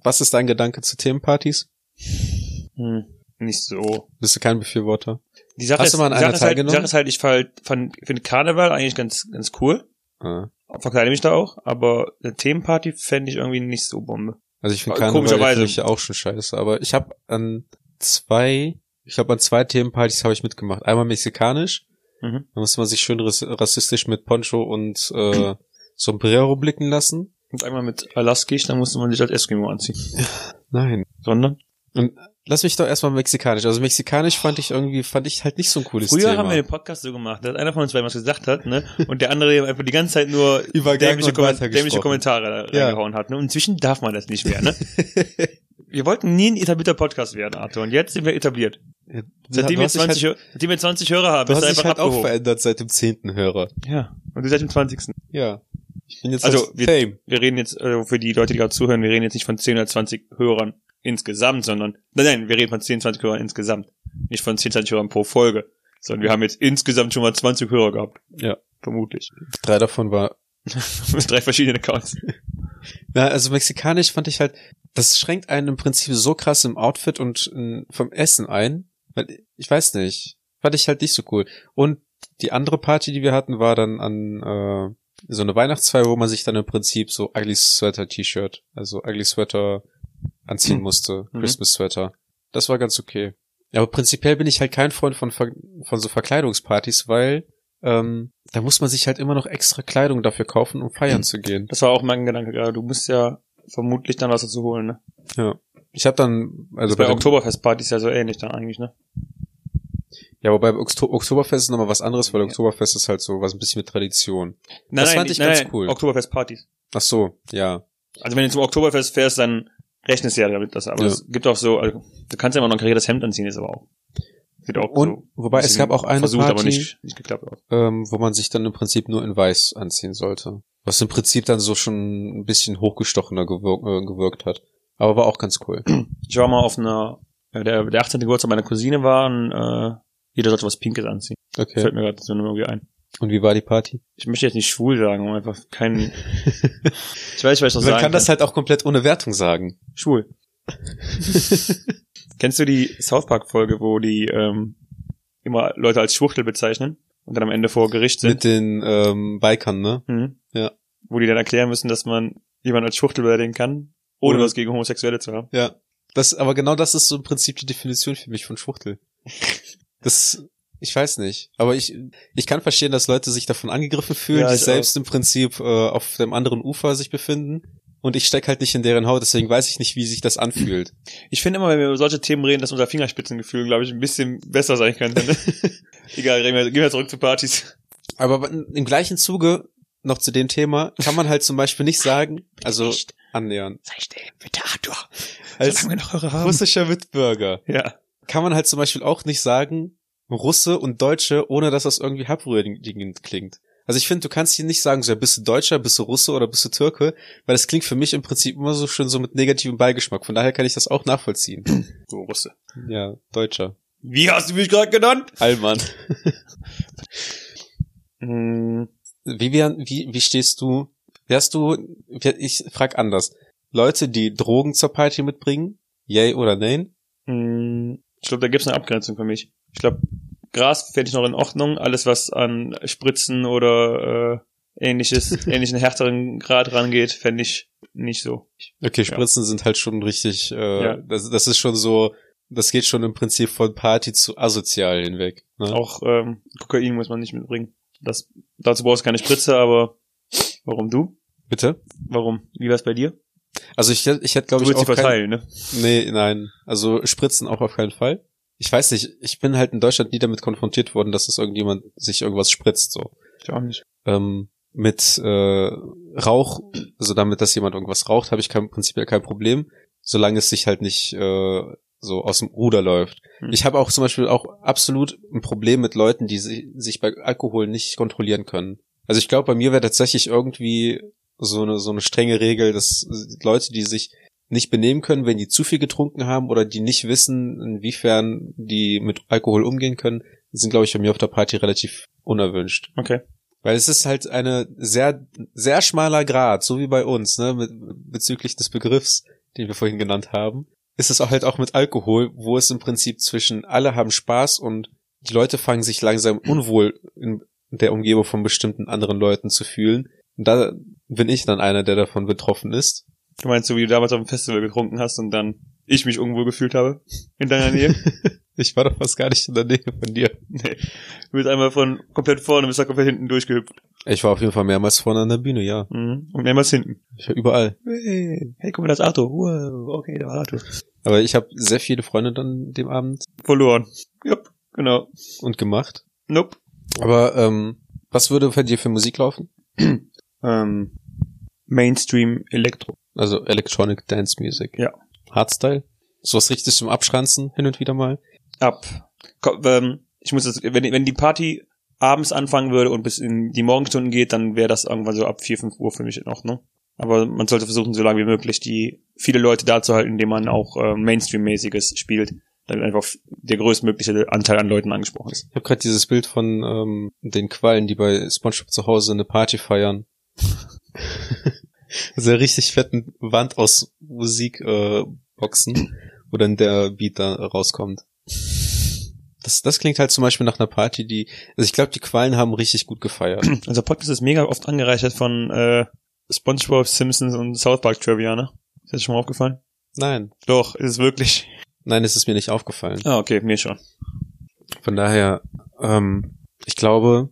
was ist dein Gedanke zu Themenpartys?
Hm, nicht so.
Bist du kein Befürworter?
Die Sache
Hast
ist,
du mal an
die
einer
Sache ist halt, die
teilgenommen?
Sache ist halt, ich fall- fand, finde Karneval eigentlich ganz, ganz cool.
Ah.
Verkleide mich da auch, aber eine Themenparty fände ich irgendwie nicht so Bombe.
Also ich finde
Aber
Karneval
Äh, komischerweise-
finde ich ja auch schon scheiße, aber ich habe an zwei, ich glaube an zwei Themenpartys habe ich mitgemacht. Einmal mexikanisch,
Mhm.
da musste man sich schön rass- rassistisch mit Poncho und äh, Sombrero blicken lassen.
Und einmal mit Alaskisch, dann musste man sich als Eskimo anziehen.
Nein.
Sondern?
Lass mich doch erstmal mexikanisch. Also mexikanisch fand ich irgendwie, fand ich halt nicht so ein cooles
Früher
Thema.
haben wir den Podcast so gemacht, dass einer von uns beiden was gesagt hat, ne? Und der andere eben einfach die ganze Zeit nur
Übergangen
dämliche,
und
Kommen-
weitergesprochen.
dämliche Kommentare da
Ja.
reingehauen hat. Ne? Und inzwischen darf man das nicht mehr,
[LAUGHS]
ne? wir wollten nie ein etablierter Podcast werden, Arthur. Und jetzt sind wir etabliert.
Ja,
Seitdem
du
wir,
hast dich
20, Hör- seitdem wir 20 Hörer haben,
halt, du
bist
hast
du
dich
einfach
halt auch
abgehoben.
verändert seit dem zehnten Hörer.
Ja, und du seid im 20.
Ja. Ich bin jetzt
Also,
halt
wir-
Fame.
Wir reden jetzt, also für die Leute, die gerade zuhören, wir reden jetzt nicht von 10 oder 20 Hörern insgesamt, sondern, nein, nein, wir reden von 10, 20 Hörern insgesamt. Nicht von 10, 20 Hörern pro Folge, sondern wir haben jetzt insgesamt schon mal 20 Hörer gehabt.
Ja.
Vermutlich. [LAUGHS]
Drei davon war.
Mit drei verschiedenen Accounts.
Na, also mexikanisch fand ich halt, das schränkt einen im Prinzip so krass im Outfit und in, vom Essen ein. Weil, ich weiß nicht. Fand ich halt nicht so cool. Und die andere Party, die wir hatten, war dann an äh, so eine Weihnachtsfeier, wo man sich dann im Prinzip so Ugly Sweater T-Shirt, also Ugly Sweater anziehen musste,
Mhm.
Christmas Sweater. Das war ganz okay. Ja, aber prinzipiell bin ich halt kein Freund von, Ver von so Verkleidungspartys, weil ähm, da muss man sich halt immer noch extra Kleidung dafür kaufen, um feiern zu gehen.
Das war auch mein Gedanke gerade. Du musst ja vermutlich dann was dazu holen, ne?
Ich habe dann, also
Also bei
dem-
Oktoberfestpartys ja so ähnlich dann eigentlich, ne?
Ja, aber beim Okto- Oktoberfest ist nochmal was anderes, weil Oktoberfest ist halt so was ein bisschen mit Tradition.
Nein,
Das fand ich ganz cool.
Oktoberfestpartys.
Ach so, ja.
Also wenn du zum Oktoberfest fährst, dann rechnest ja damit, dass, aber
Ja.
es gibt auch so, also, du kannst ja immer noch ein kariertes Hemd anziehen, ist aber auch. Geht auch
Und,
so.
wobei, es
Also, Bisschen
gab auch eine
versucht,
Party,
aber nicht, nicht geklappt.
ähm, wo man sich dann im Prinzip nur in weiß anziehen sollte. Was im Prinzip dann so schon ein bisschen hochgestochener gewirkt, äh, gewirkt hat. Aber war auch ganz cool.
Ich war mal auf einer, äh, der, der 18. Geburtstag meiner Cousine war und äh, jeder sollte was Pinkes anziehen.
Okay.
Fällt mir gerade so irgendwie ein.
Und wie war die Party?
Ich möchte jetzt nicht schwul sagen, um einfach
[LAUGHS]
keinen. ich weiß, was ich noch sagen
halt auch komplett ohne Wertung sagen.
ne? schwul. Kennst du die South Park Folge, wo die ähm, immer Leute als Schwuchtel bezeichnen und dann am Ende vor Gericht sind?
Mit den ähm, Bikern, ne?
Mhm.
Ja.
Wo die dann erklären müssen, dass man jemanden als Schwuchtel beleidigen kann, ohne
Ohne-
was gegen Homosexuelle zu haben.
Ja. Das, aber genau das ist so im Prinzip die Definition für mich von Schwuchtel. Das, ich weiß nicht. Aber ich, ich kann verstehen, dass Leute sich davon angegriffen fühlen,
Ja,
die
ich auch.
selbst im Prinzip äh, auf dem anderen Ufer sich befinden. Und ich steck halt nicht in deren Haut, deswegen weiß ich nicht, wie sich das anfühlt.
Ich finde immer, wenn wir über solche Themen reden, dass unser Fingerspitzengefühl, glaube ich, ein bisschen besser sein [LAUGHS] könnte. Ne? Egal, reden wir, gehen wir zurück zu Partys.
Aber im gleichen Zuge, noch zu dem Thema, kann man halt zum Beispiel nicht sagen, also annähern.
Sei still, bitte Arthur.
Als
wir noch eure
russischer Mitbürger
Ja,
kann man halt zum Beispiel auch nicht sagen, Russe und Deutsche, ohne dass das irgendwie herabwürdigend klingt. Also ich finde, du kannst hier nicht sagen, so, ja, bist du Deutscher, bist du Russe oder bist du Türke, weil das klingt für mich im Prinzip immer so schön so mit negativem Beigeschmack. Von daher kann ich das auch nachvollziehen.
so Russe.
Ja, Deutscher.
Wie hast du mich gerade genannt?
Allmann.
Hm,
Vivian, wie, wie stehst du? Wärst du, ich frag anders. Leute, die Drogen zur Party mitbringen? Yay oder nein?
hm, ich glaube, da gibt's eine Abgrenzung für mich. Ich glaube, Gras fände ich noch in Ordnung. Alles, was an Spritzen oder äh, [LAUGHS] ähnliches, ähnlichen härteren Grad rangeht, fände ich nicht so.
Okay, Spritzen sind halt schon richtig, äh,
Ja.
das, das ist schon so, das geht schon im Prinzip von Party zu asozial hinweg. Ne?
Auch ähm, Kokain muss man nicht mitbringen. Das, dazu brauchst du keine Spritze, aber warum du?
Bitte?
Warum? Wie war's bei dir?
Also ich, hätt- ich hätte,
Du
glaube ich,
willst sie
auch kein,
verteilen, ne?
Nee, nein. Also Spritzen auch auf keinen Fall. Ich weiß nicht, ich bin halt in Deutschland nie damit konfrontiert worden, dass es irgendjemand sich irgendwas spritzt, so.
Ich auch nicht.
ähm, mit äh, Rauch, also damit, dass jemand irgendwas raucht, habe ich kein, prinzipiell kein Problem, solange es sich halt nicht äh, so aus dem Ruder läuft.
Hm.
Ich habe auch zum Beispiel auch absolut ein Problem mit Leuten, die si sich bei Alkohol nicht kontrollieren können. Also ich glaube, bei mir wäre tatsächlich irgendwie so eine, so eine strenge Regel, dass Leute, die sich nicht benehmen können, wenn die zu viel getrunken haben oder die nicht wissen, inwiefern die mit Alkohol umgehen können, sind, glaube ich, bei mir auf der Party relativ unerwünscht.
Okay.
Weil es ist halt eine sehr, sehr schmaler Grad, so wie bei uns, ne, mit, bezüglich des Begriffs, den wir vorhin genannt haben, ist es auch halt auch mit Alkohol, wo es im Prinzip zwischen alle haben Spaß und die Leute fangen sich langsam unwohl in der Umgebung von bestimmten anderen Leuten zu fühlen. Und da bin ich dann einer, der davon betroffen ist.
Du meinst so, wie du damals auf dem Festival getrunken hast und dann ich mich unwohl gefühlt habe in deiner [LAUGHS] Nähe?
Ich war doch fast gar nicht in der Nähe von dir.
nee. Du bist einmal von komplett vorne bis da komplett hinten durchgehüpft.
Ich war auf jeden Fall mehrmals vorne an der Bühne, ja.
Mhm. Und mehrmals hinten.
Ich war überall.
Hey, hey, guck mal, das ist Arthur. Wow, okay, da war Arthur.
Aber ich habe sehr viele Freunde dann dem Abend
Verloren. Jupp, genau.
und gemacht.
Nope.
Aber ähm, was würde bei dir für Musik laufen?
Ähm, Mainstream Elektro.
Also Electronic Dance Music.
Ja.
Hardstyle? Sowas richtig zum Abschranzen hin und wieder mal?
Ab. Komm, ähm, ich muss das, wenn, wenn die Party abends anfangen würde und bis in die Morgenstunden geht, dann wäre das irgendwann so ab 4, 5 Uhr für mich in Ordnung. Aber man sollte versuchen, so lange wie möglich die viele Leute da zu halten, indem man auch äh, Mainstream-mäßiges spielt, damit einfach der größtmögliche Anteil an Leuten angesprochen ist.
Ich habe gerade dieses Bild von ähm, den Quallen, die bei SpongeBob zu Hause eine Party feiern. [LAUGHS] Sehr richtig fetten Wand aus Musikboxen, äh, Boxen, wo dann der Beat da rauskommt. Das, das klingt halt zum Beispiel nach einer Party, die. Also ich glaube, die Quallen haben richtig gut gefeiert.
Unser Hm. Also Podcast ist mega oft angereichert von äh, SpongeBob, Simpsons und South Park Trivia, ne? Ist das schon mal aufgefallen?
Nein.
Doch, ist es wirklich.
Nein, es ist mir nicht aufgefallen.
Ah, okay, mir schon.
Von daher, ähm, ich glaube,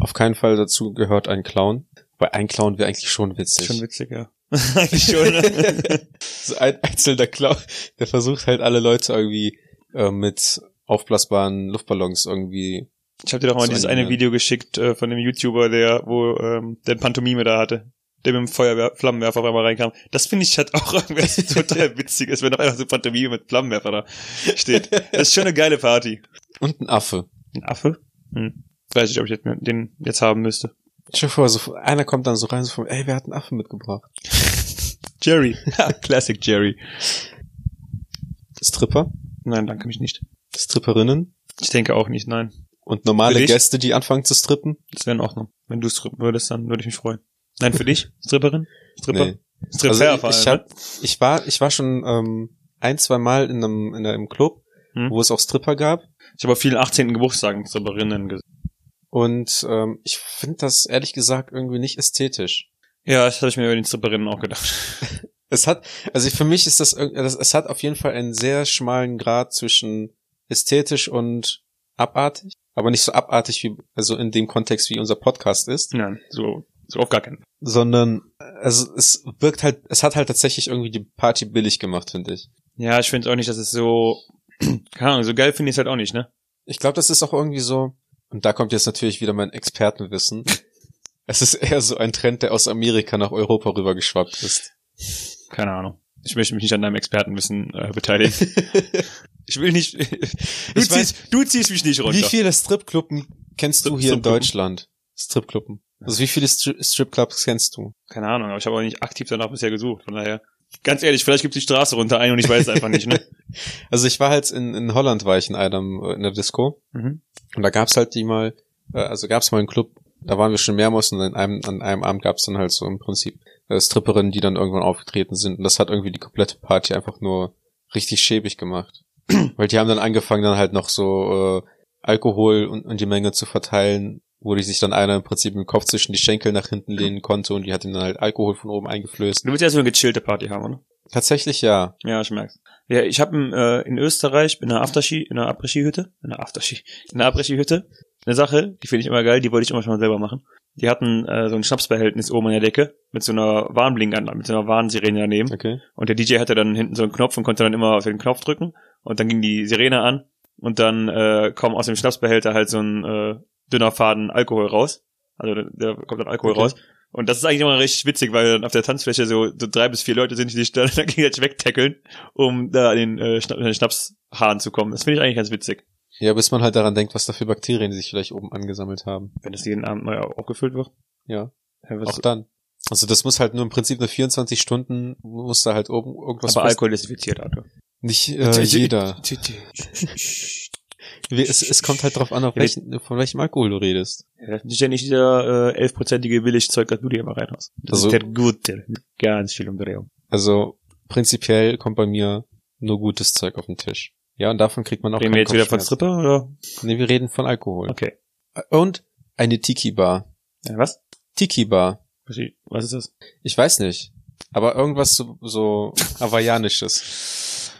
auf keinen Fall dazu gehört ein Clown. Weil ein Clown wäre eigentlich schon witzig.
Schon witzig, ja. [LAUGHS] Eigentlich schon. [LAUGHS] ne?
[LAUGHS] so ein einzelner Clown, der versucht halt alle Leute irgendwie äh, mit aufblasbaren Luftballons irgendwie.
Ich habe dir doch mal
So
dieses
ein
eine
Ding, ja.
Video geschickt äh, von dem YouTuber, der wo ähm, der Pantomime da hatte. der mit dem Feuerwehr, Flammenwerfer auf einmal reinkam. Das finde ich halt auch [LAUGHS] irgendwas total Witziges, wenn auf einmal so eine Pantomime mit Flammenwerfer da steht. Das ist schon eine geile Party.
Und ein Affe.
Ein Affe? Hm. Weiß ich, ob ich jetzt den jetzt haben müsste.
Stell dir vor, so, einer kommt dann so rein, so von, ey, wer hat einen Affen mitgebracht?
Jerry. Ha, Classic Jerry.
Stripper,
Nein, danke mich nicht.
Stripperinnen
Ich denke auch nicht, nein.
und normale
Für dich?
Gäste, die anfangen zu strippen.
Das wäre in Ordnung. Wenn du strippen würdest, dann würde ich mich freuen. Nein, für dich? Stripperin? Stripper?
Nee.
Stripper ne?
also
vor
ich, ich,
allem.
hab, ich war ich war schon ähm, ein zwei Mal in einem in einem Club,
Hm.
wo es auch Stripper gab
Ich habe auf vielen 18. Geburtstagen Stripperinnen gesehen.
und ähm, ich finde das ehrlich gesagt irgendwie nicht ästhetisch.
Ja, das habe ich mir über den Stripperinnen auch gedacht.
Es hat also für mich ist das, irg- das es hat auf jeden Fall einen sehr schmalen Grad zwischen ästhetisch und abartig, aber nicht so abartig wie also in dem Kontext wie unser Podcast ist,
[LAUGHS] Nein, so, so auf gar keinen Fall.
sondern äh, also es wirkt halt es hat halt tatsächlich irgendwie die Party billig gemacht, finde ich.
Ja, ich finde es auch nicht, dass es so, [CLEARS THROAT] keine Ahnung, so geil finde ich es halt auch nicht, ne?
Ich glaube, das ist auch irgendwie so, und da kommt jetzt natürlich wieder
[LAUGHS]
mein Expertenwissen. es ist eher so ein Trend, der aus Amerika nach Europa rübergeschwappt ist.
Keine Ahnung. Ich möchte mich nicht an deinem Expertenwissen äh, beteiligen. ich will
[LAUGHS]
nicht, [LAUGHS] du, ziehst,
weiß-
du ziehst mich nicht runter.
Wie viele Stripclubben kennst du
Strip-
hier in
Stripclubben?
Deutschland? Stripclubben. Also wie viele Stri- Stripclubs kennst du?
Keine Ahnung, aber ich habe auch nicht aktiv danach bisher gesucht, von daher. Ganz ehrlich, vielleicht gibt die Straße runter ein und ich weiß es einfach nicht, ne?
Also ich war halt in, in Holland, war ich in einem, äh, in der Disco.
[LAUGHS] Mhm.
Und da gab's halt die mal, äh, also gab's mal einen Club, da waren wir schon mehrmals und an einem, an einem Abend gab's dann halt so im Prinzip äh, Stripperinnen, die dann irgendwann aufgetreten sind. Und das hat irgendwie die komplette Party einfach nur richtig schäbig gemacht. Weil die haben dann angefangen, dann halt noch so äh, Alkohol und, und die Menge zu verteilen, wo die sich dann einer im Prinzip im Kopf zwischen die Schenkel nach hinten lehnen konnte und die hat ihm dann halt Alkohol von oben eingeflößt.
Du willst ja so eine gechillte Party haben, oder?
Tatsächlich ja.
Ja, ich merk's. Ja, ich habe äh, in Österreich in einer Afterski, in einer Abreski-Hütte, in einer Afterski, in einer Abreski-Hütte eine Sache, die finde ich immer geil, die wollte ich immer schon mal selber machen. Die hatten äh, so ein Schnapsbehältnis oben an der Decke mit so einer Warnblinkanlage, mit so einer Warnsirene daneben.
Okay.
Und der DJ hatte dann hinten so einen Knopf und konnte dann immer auf den Knopf drücken und dann ging die Sirene an und dann äh, kommt aus dem Schnapsbehälter halt so ein äh, dünner Faden Alkohol raus. Also da, da kommt dann Alkohol
Okay.
raus. Und das ist eigentlich immer richtig witzig, weil dann auf der Tanzfläche so, so drei bis vier Leute sind, die sich [LAUGHS] dann gegenseitig wegtackeln, um da an den, äh, Schna- an den Schnapshahn zu kommen. Das finde ich eigentlich ganz witzig.
Ja, bis man halt daran denkt, was da für Bakterien sich vielleicht oben angesammelt haben.
Wenn das jeden Abend neu aufgefüllt wird.
Ja.
Ja, was-
Auch dann. Also das muss halt nur im Prinzip nur 24 Stunden, muss da halt oben irgendwas
aber
fest-
Alkohol desinfiziert, Alter. [LAUGHS]
Nicht äh, jeder. Wie- Es, es kommt halt drauf an, auf
Ja,
welchen, von welchem Alkohol du redest.
Ja, das ist ja nicht dieser äh, 11%ige Billigzeug, das du dir immer reinhaust. Das
Also-
ist der gute. Ganz viel um Umdrehung.
Also prinzipiell kommt bei mir nur gutes Zeug auf den Tisch. Ja, und davon kriegt man auch
Reden wir jetzt wieder von
Strip?
Stripper oder?
Nee, wir reden von Alkohol.
Okay.
Und eine Tiki-Bar.
Äh, was?
Tiki-Bar.
Was ist- Was ist das?
Ich weiß nicht. Aber irgendwas so, so hawaiianisches.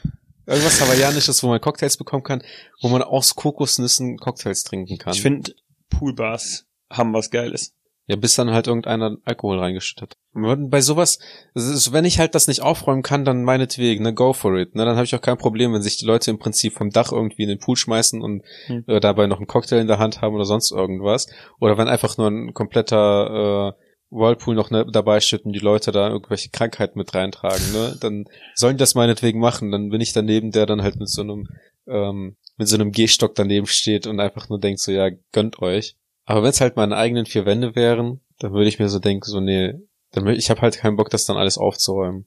Irgendwas hawaiianisches, wo man Cocktails bekommen kann, wo man aus Kokosnüssen Cocktails trinken kann.
Ich finde, Poolbars haben was Geiles.
Ja, bis dann halt irgendeiner Alkohol reingeschüttet hat. Und Bei sowas, es ist, wenn ich halt das nicht aufräumen kann, dann meinetwegen, ne, go for it. Ne, dann habe ich auch kein Problem, wenn sich die Leute im Prinzip vom Dach irgendwie in den Pool schmeißen und
Hm.
äh, dabei noch einen Cocktail in der Hand haben oder sonst irgendwas. Oder wenn einfach nur ein kompletter äh, Whirlpool noch ne, dabei steht und die Leute da irgendwelche Krankheiten mit reintragen, ne, dann sollen die das meinetwegen machen. Dann bin ich daneben, der dann halt mit so einem, ähm, mit so einem Gehstock daneben steht und einfach nur denkt so, ja, gönnt euch. Aber wenn es halt meine eigenen vier Wände wären, dann würde ich mir so denken, so nee, dann, wür- ich habe halt keinen Bock, das dann alles aufzuräumen.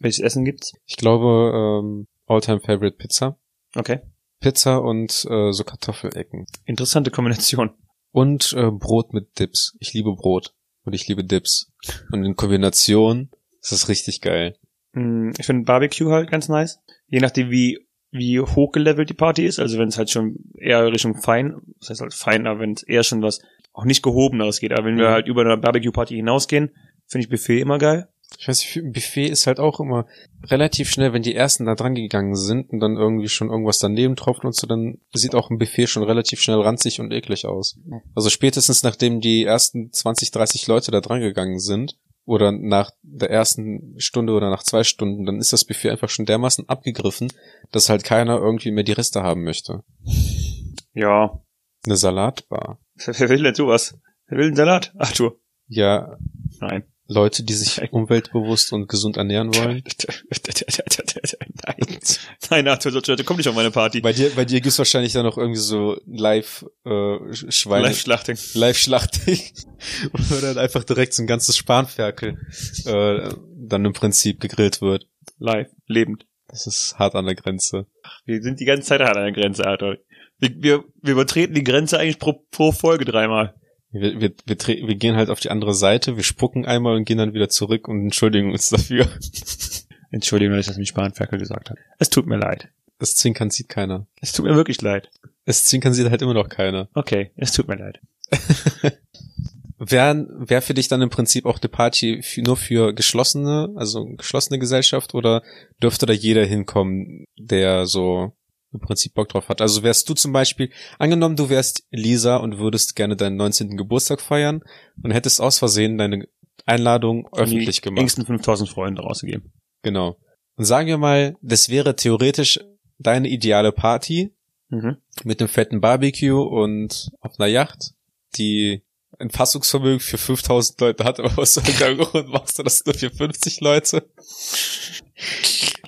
Welches Essen gibt's?
Ich glaube, ähm, all-time favorite Pizza.
Okay.
Pizza und äh, so Kartoffelecken.
Interessante Kombination.
Und äh, Brot mit Dips. Ich liebe Brot und ich liebe Dips. Und in Kombination ist das richtig geil.
Hm, Ich finde Barbecue halt ganz nice. Je nachdem, wie, wie hochgelevelt die Party ist. Also wenn es halt schon eher Richtung fein, das heißt halt feiner, wenn es eher schon was auch nicht gehobeneres geht. Aber wenn wir
Mhm.
halt über eine Barbecue-Party hinausgehen, finde ich Buffet immer geil.
Ich weiß nicht, ein Buffet ist halt auch immer relativ schnell, wenn die ersten da dran gegangen sind und dann irgendwie schon irgendwas daneben tropft und so, dann sieht auch ein Buffet schon relativ schnell ranzig und eklig aus. Also spätestens nachdem die ersten 20, 30 Leute da dran gegangen sind oder nach der ersten Stunde oder nach zwei Stunden, dann ist das Buffet einfach schon dermaßen abgegriffen, dass halt keiner irgendwie mehr die Reste haben möchte.
Ja.
Eine Salatbar.
[LAUGHS] Wer wer will denn sowas? Wer will einen Salat? Arthur.
Ja,
Nein.
Leute, die sich umweltbewusst und gesund ernähren wollen.
Nein. Nein, Arthur, solche Leute, komm nicht auf meine Party.
Bei dir, bei dir gibt's wahrscheinlich dann noch irgendwie so live äh, Sch- Schweine.
Live-Schlachting.
Live-Schlachting. [LAUGHS] Oder dann einfach direkt so ein ganzes Spanferkel äh, dann im Prinzip gegrillt wird.
Live. Lebend.
Das ist hart an der Grenze.
Wir sind die ganze Zeit hart an der Grenze, Arthur. Wir, wir, wir übertreten die Grenze eigentlich pro, pro Folge dreimal.
Wir, wir, wir, tre- wir gehen halt auf die andere Seite, wir spucken einmal und gehen dann wieder zurück und entschuldigen uns dafür. [LAUGHS]
Entschuldigung, dass ich das mit Spanferkel gesagt habe. Es tut mir leid.
Das Zwinkern sieht keiner.
Es tut mir wirklich leid.
Das Zwinkern sieht halt immer noch keiner.
Okay, es tut mir leid.
Wäre wär für dich dann im Prinzip auch eine Party für, nur für geschlossene, also geschlossene Gesellschaft oder dürfte da jeder hinkommen, der so im Prinzip Bock drauf hat? Also wärst du zum Beispiel, angenommen du wärst Lisa und würdest gerne deinen 19. Geburtstag feiern und hättest aus Versehen deine Einladung öffentlich
Die
gemacht.
engsten 5000 Freunde rausgegeben.
Genau. Und sagen wir mal, das wäre theoretisch deine ideale Party
Mhm.
mit einem fetten Barbecue und auf einer Yacht, die ein Fassungsvermögen für 5000 Leute hat, [LAUGHS] aber aus irgendeinem Grund machst du das nur für 50 Leute.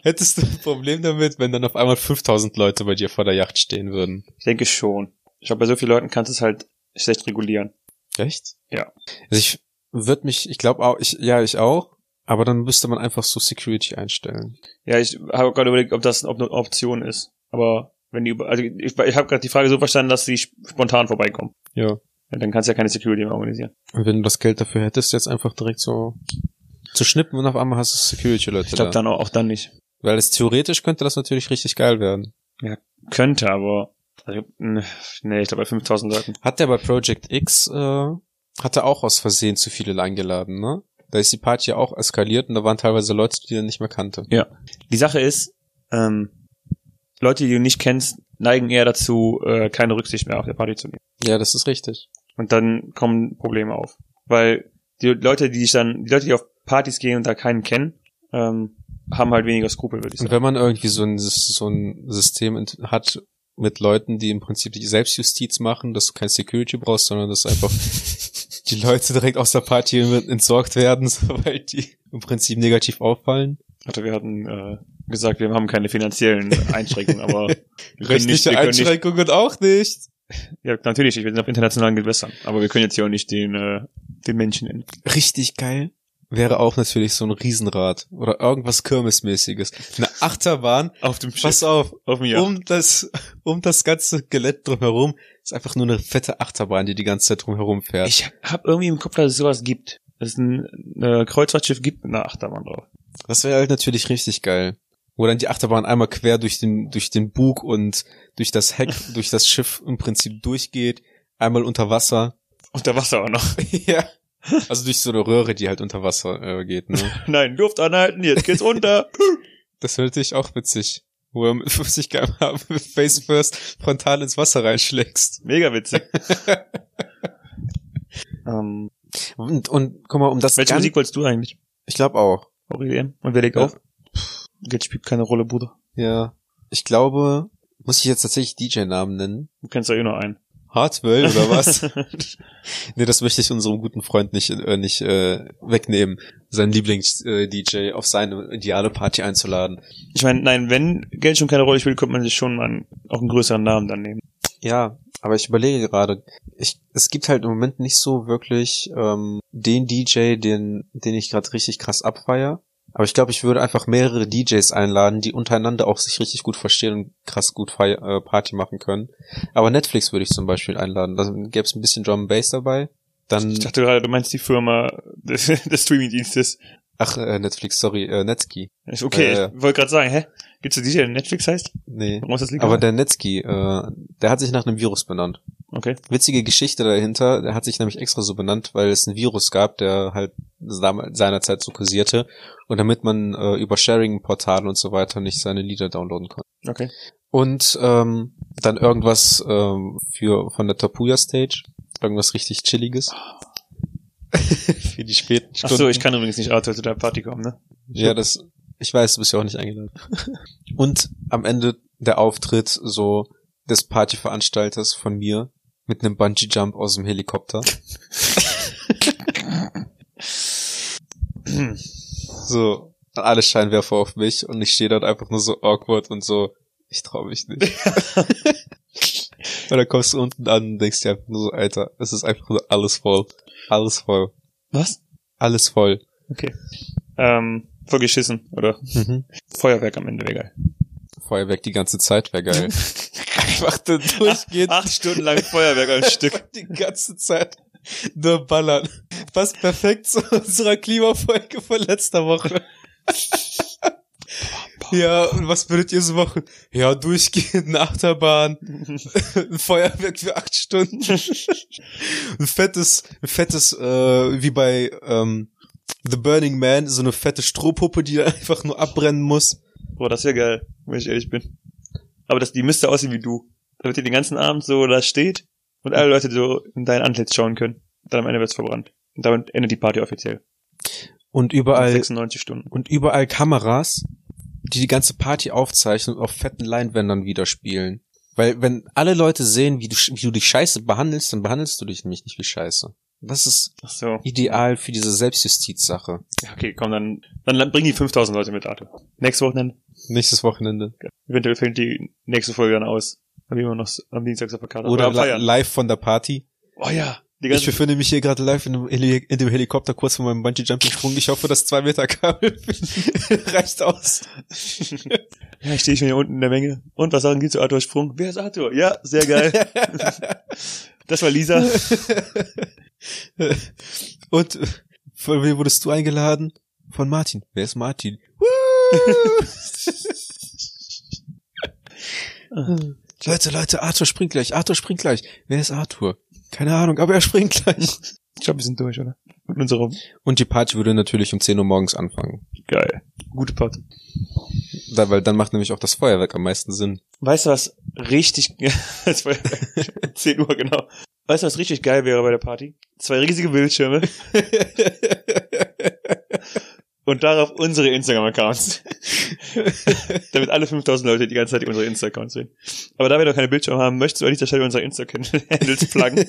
Hättest du ein Problem damit, wenn dann auf einmal 5000 Leute bei dir vor der Yacht stehen würden?
Ich denke schon. Ich glaube, bei so vielen Leuten kannst du es halt schlecht regulieren.
Echt?
Ja.
Also ich würde mich, ich glaube auch, ich, ja, ich auch, aber dann müsste man einfach so Security einstellen.
Ja, ich habe gerade überlegt, ob das ob eine Option ist. Aber wenn die über- also ich, ich habe gerade die Frage so verstanden, dass sie sp- spontan vorbeikommen.
Ja.
Ja, dann kannst du ja keine Security mehr organisieren.
Und wenn du das Geld dafür hättest, jetzt einfach direkt so zu schnippen und auf einmal hast du Security-Leute.
Ich glaube
da.
dann auch, auch dann nicht.
Weil es theoretisch könnte das natürlich richtig geil werden.
Könnte, aber also, mh, nee, ich glaube bei 5000 Leuten.
Hat der bei Project X, äh, hat er auch aus Versehen zu viele eingeladen, ne? Da ist die Party ja auch eskaliert und da waren teilweise Leute, die er nicht mehr kannte.
Die Sache ist, ähm, Leute, die du nicht kennst, neigen eher dazu, äh, keine Rücksicht mehr auf der Party zu nehmen.
Ja, das ist richtig.
Und dann kommen Probleme auf. Weil die Leute, die ich dann, die Leute, die auf Partys gehen und da keinen kennen, ähm, haben halt weniger Skrupel, würde ich
Und
sagen.
wenn man irgendwie so ein, so ein System ent- hat mit Leuten, die im Prinzip die Selbstjustiz machen, dass du kein Security brauchst, sondern dass einfach
[LAUGHS]
die Leute direkt aus der Party entsorgt werden, [LAUGHS] so, weil die im Prinzip negativ auffallen.
Also wir hatten äh, gesagt, wir haben keine finanziellen Einschränkungen,
[LAUGHS]
aber wir können nicht,
Rechtliche
wir können nicht,
Einschränkungen auch nicht.
ja, natürlich, nicht, wir sind auf internationalen Gewässern, aber wir können jetzt hier auch nicht den, äh, den Menschen in.
Richtig geil. Wäre auch natürlich so ein Riesenrad oder irgendwas Kirmesmäßiges. Eine Achterbahn.
Auf dem Schiff,
Pass auf,
auf mir.
um das, um das ganze Gelett drumherum ist einfach nur eine fette Achterbahn, die die ganze Zeit drumherum fährt.
Ich habe irgendwie im Kopf, dass es sowas gibt. Dass es ein äh, Kreuzfahrtschiff gibt mit einer Achterbahn drauf.
das wäre halt natürlich richtig geil. Wo dann die Achterbahn einmal quer durch den, durch den Bug und durch das Heck, durch das Schiff im Prinzip durchgeht, einmal unter Wasser.
Unter Wasser auch noch. [LAUGHS]
ja. Also durch so eine Röhre, die halt unter Wasser äh, geht, ne?
Nein, Luft anhalten, jetzt geht's
[LAUGHS]
unter.
Das wäre natürlich auch witzig. Wo er mit [LAUGHS] 50 km/h face first frontal ins Wasser reinschlägst.
Mega
[LAUGHS]
witzig. ähm,
Und, und guck mal, um das
welche
ganz-
Musik wolltest du eigentlich?
Ich glaube auch.
Aurelien? Und wer legt
Ja.
auf? Geld spielt keine Rolle, Bruder.
Ja. Ich glaube, muss ich jetzt tatsächlich DJ-Namen nennen?
Du kennst ja eh nur einen.
Hartwell
[LAUGHS]
oder was? [LAUGHS] nee, das möchte ich unserem guten Freund nicht, äh, nicht äh, wegnehmen, seinen Lieblings-DJ auf seine ideale Party einzuladen.
ich meine, nein, wenn Geld schon keine Rolle spielt, könnte man sich schon mal einen, auch einen größeren Namen dann nehmen.
Ja, aber ich überlege gerade, ich, es gibt halt im Moment nicht so wirklich ähm, den DJ, den, den ich gerade richtig krass abfeier. Aber ich glaube, ich würde einfach mehrere DJs einladen, die untereinander auch sich richtig gut verstehen und krass gut Feier, äh, Party machen können. Aber Netflix würde ich zum Beispiel einladen. Da gäbe es ein bisschen Drum and Bass dabei. Dann,
Ich dachte gerade, du meinst die Firma des, [LAUGHS] des Streamingdienstes.
ach, äh, Netflix, sorry, äh, Netski.
Ist Okay,
Äh.
ich wollte gerade sagen, hä? Gibt's einen DJ, der Netflix heißt?
Nee.
Warum ist das legal?
Aber der Netski, äh, der hat sich nach einem Virus benannt.
okay.
witzige Geschichte dahinter. Der hat sich nämlich extra so benannt, weil es einen Virus gab, der halt dam- seinerzeit so kursierte. Und damit man äh, über Sharing-Portalen und so weiter nicht seine Lieder downloaden konnte.
Okay.
Und ähm, dann irgendwas ähm, für von der Tapuya Stage. Irgendwas richtig Chilliges. [LAUGHS] für die späten
Ach
Stunden.
so, ich kann übrigens nicht Arthur zu der Party kommen, ne?
Ja, das, ich weiß, du bist ja auch nicht eingeladen. [LAUGHS] Und am Ende der Auftritt so des Partyveranstalters von mir mit einem Bungee Jump aus dem Helikopter.
ne?
[CLEARS THROAT] So, alle Scheinwerfer auf mich und ich stehe dort einfach nur so awkward und so, ich trau mich nicht. und dann kommst du unten an und denkst dir einfach nur so, Alter, es ist einfach nur alles voll. Alles voll.
Was?
Alles voll.
Okay. Ähm, voll geschissen, oder?
Mhm.
Feuerwerk am Ende,
[LAUGHS]
egal.
Feuerwerk die ganze Zeit wäre geil. einfach da durchgehen.
Acht Stunden lang Feuerwerk am Stück.
[LAUGHS] die ganze Zeit nur ballern. Passt perfekt zu unserer Klimafolge von letzter Woche. ja, und was würdet ihr so machen? Ja, durchgehend eine Achterbahn, ein Feuerwerk für acht Stunden, ein fettes, ein fettes, äh, wie bei ähm, The Burning Man, so eine fette Strohpuppe, die einfach nur abbrennen muss.
Boah, das wäre geil, wenn ich ehrlich bin. Aber das, die müsste aussehen wie du. Damit ihr den ganzen Abend so da steht und alle Leute so in dein Antlitz schauen können. Dann am Ende wird's verbrannt. Und damit endet die Party offiziell.
Und
Nach
überall
96 Stunden.
und überall Kameras, die die ganze Party aufzeichnen und auf fetten Leinwändern widerspielen. Weil wenn alle Leute sehen, wie du, sch- wie du dich scheiße behandelst, dann behandelst du dich nämlich nicht wie scheiße. Das ist
Ach so.
ideal für diese Selbstjustiz-Sache.
Ja, okay, komm, dann, dann bring die 5000 Leute mit, Arthur. Nächstes Wochenende.
Nächstes Wochenende.
Eventuell fällt die nächste Folge dann aus. Dann gehen wir noch s- am Dienstag zur Verkarte.
Oder
am
li
Genau, Feiern.
live von der Party.
Oh ja. Die
Ich
ganze,
befinde mich hier gerade live in dem, Heli in dem Helikopter kurz vor meinem Bungee-Jumping-Sprung. Ich hoffe, das 2-Meter-Kabel [LAUGHS] reicht aus.
ja, ich stehe schon hier unten in der Menge. Und was sagen die zu Arthur Sprung? Wer ist Arthur? Ja, sehr [LAUGHS] geil. das war Lisa.
[LAUGHS] Und äh, von wem wurdest du eingeladen? Von Martin. Wer ist Martin? [LAUGHS] Leute, Leute, Arthur springt gleich. Arthur springt gleich. Wer ist Arthur? Keine Ahnung, aber er springt gleich.
Ich glaube, wir sind durch, oder? Mit unserer
Und die Party würde natürlich um 10 Uhr morgens anfangen.
geil. Gute Party.
Da, weil dann macht nämlich auch das Feuerwerk am meisten Sinn. [LAUGHS]
Weißt du, was richtig, [LAUGHS] es war 10 Uhr, genau. Weißt du, was richtig geil wäre bei der Party? Zwei riesige Bildschirme und darauf unsere Instagram-Accounts. [LAUGHS] Damit alle 5000 Leute die ganze Zeit unsere Insta-Accounts sehen. Aber da wir doch keine Bildschirme haben, möchtest du an dieser Stelle unsere Insta-Handles pluggen?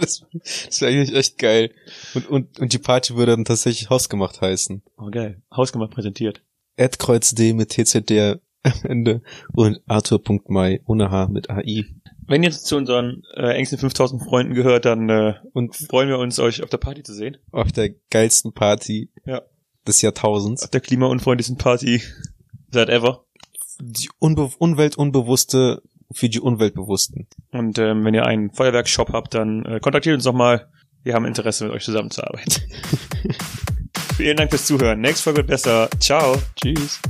das das wäre eigentlich echt geil. Und, und, und die Party würde dann tatsächlich hausgemacht heißen.
[LAUGHS] Oh, geil. Hausgemacht präsentiert.
Adkreuz D mit TZD am Ende und Arthur.mai ohne H mit AI.
Wenn ihr jetzt zu unseren äh, engsten 5000 Freunden gehört, dann äh,
Und
freuen wir uns, euch auf der Party zu sehen.
auf der geilsten Party
Ja.
des Jahrtausends.
Auf der klimaunfreundlichsten Party [LAUGHS] seit ever.
Die Unbe Umweltunbewusste für die Umweltbewussten.
Und ähm, wenn ihr einen Feuerwerkshop habt, dann äh, kontaktiert uns doch mal. Wir haben Interesse, mit euch zusammenzuarbeiten. Vielen Dank fürs Zuhören. Nächste Folge wird besser. Ciao. Tschüss.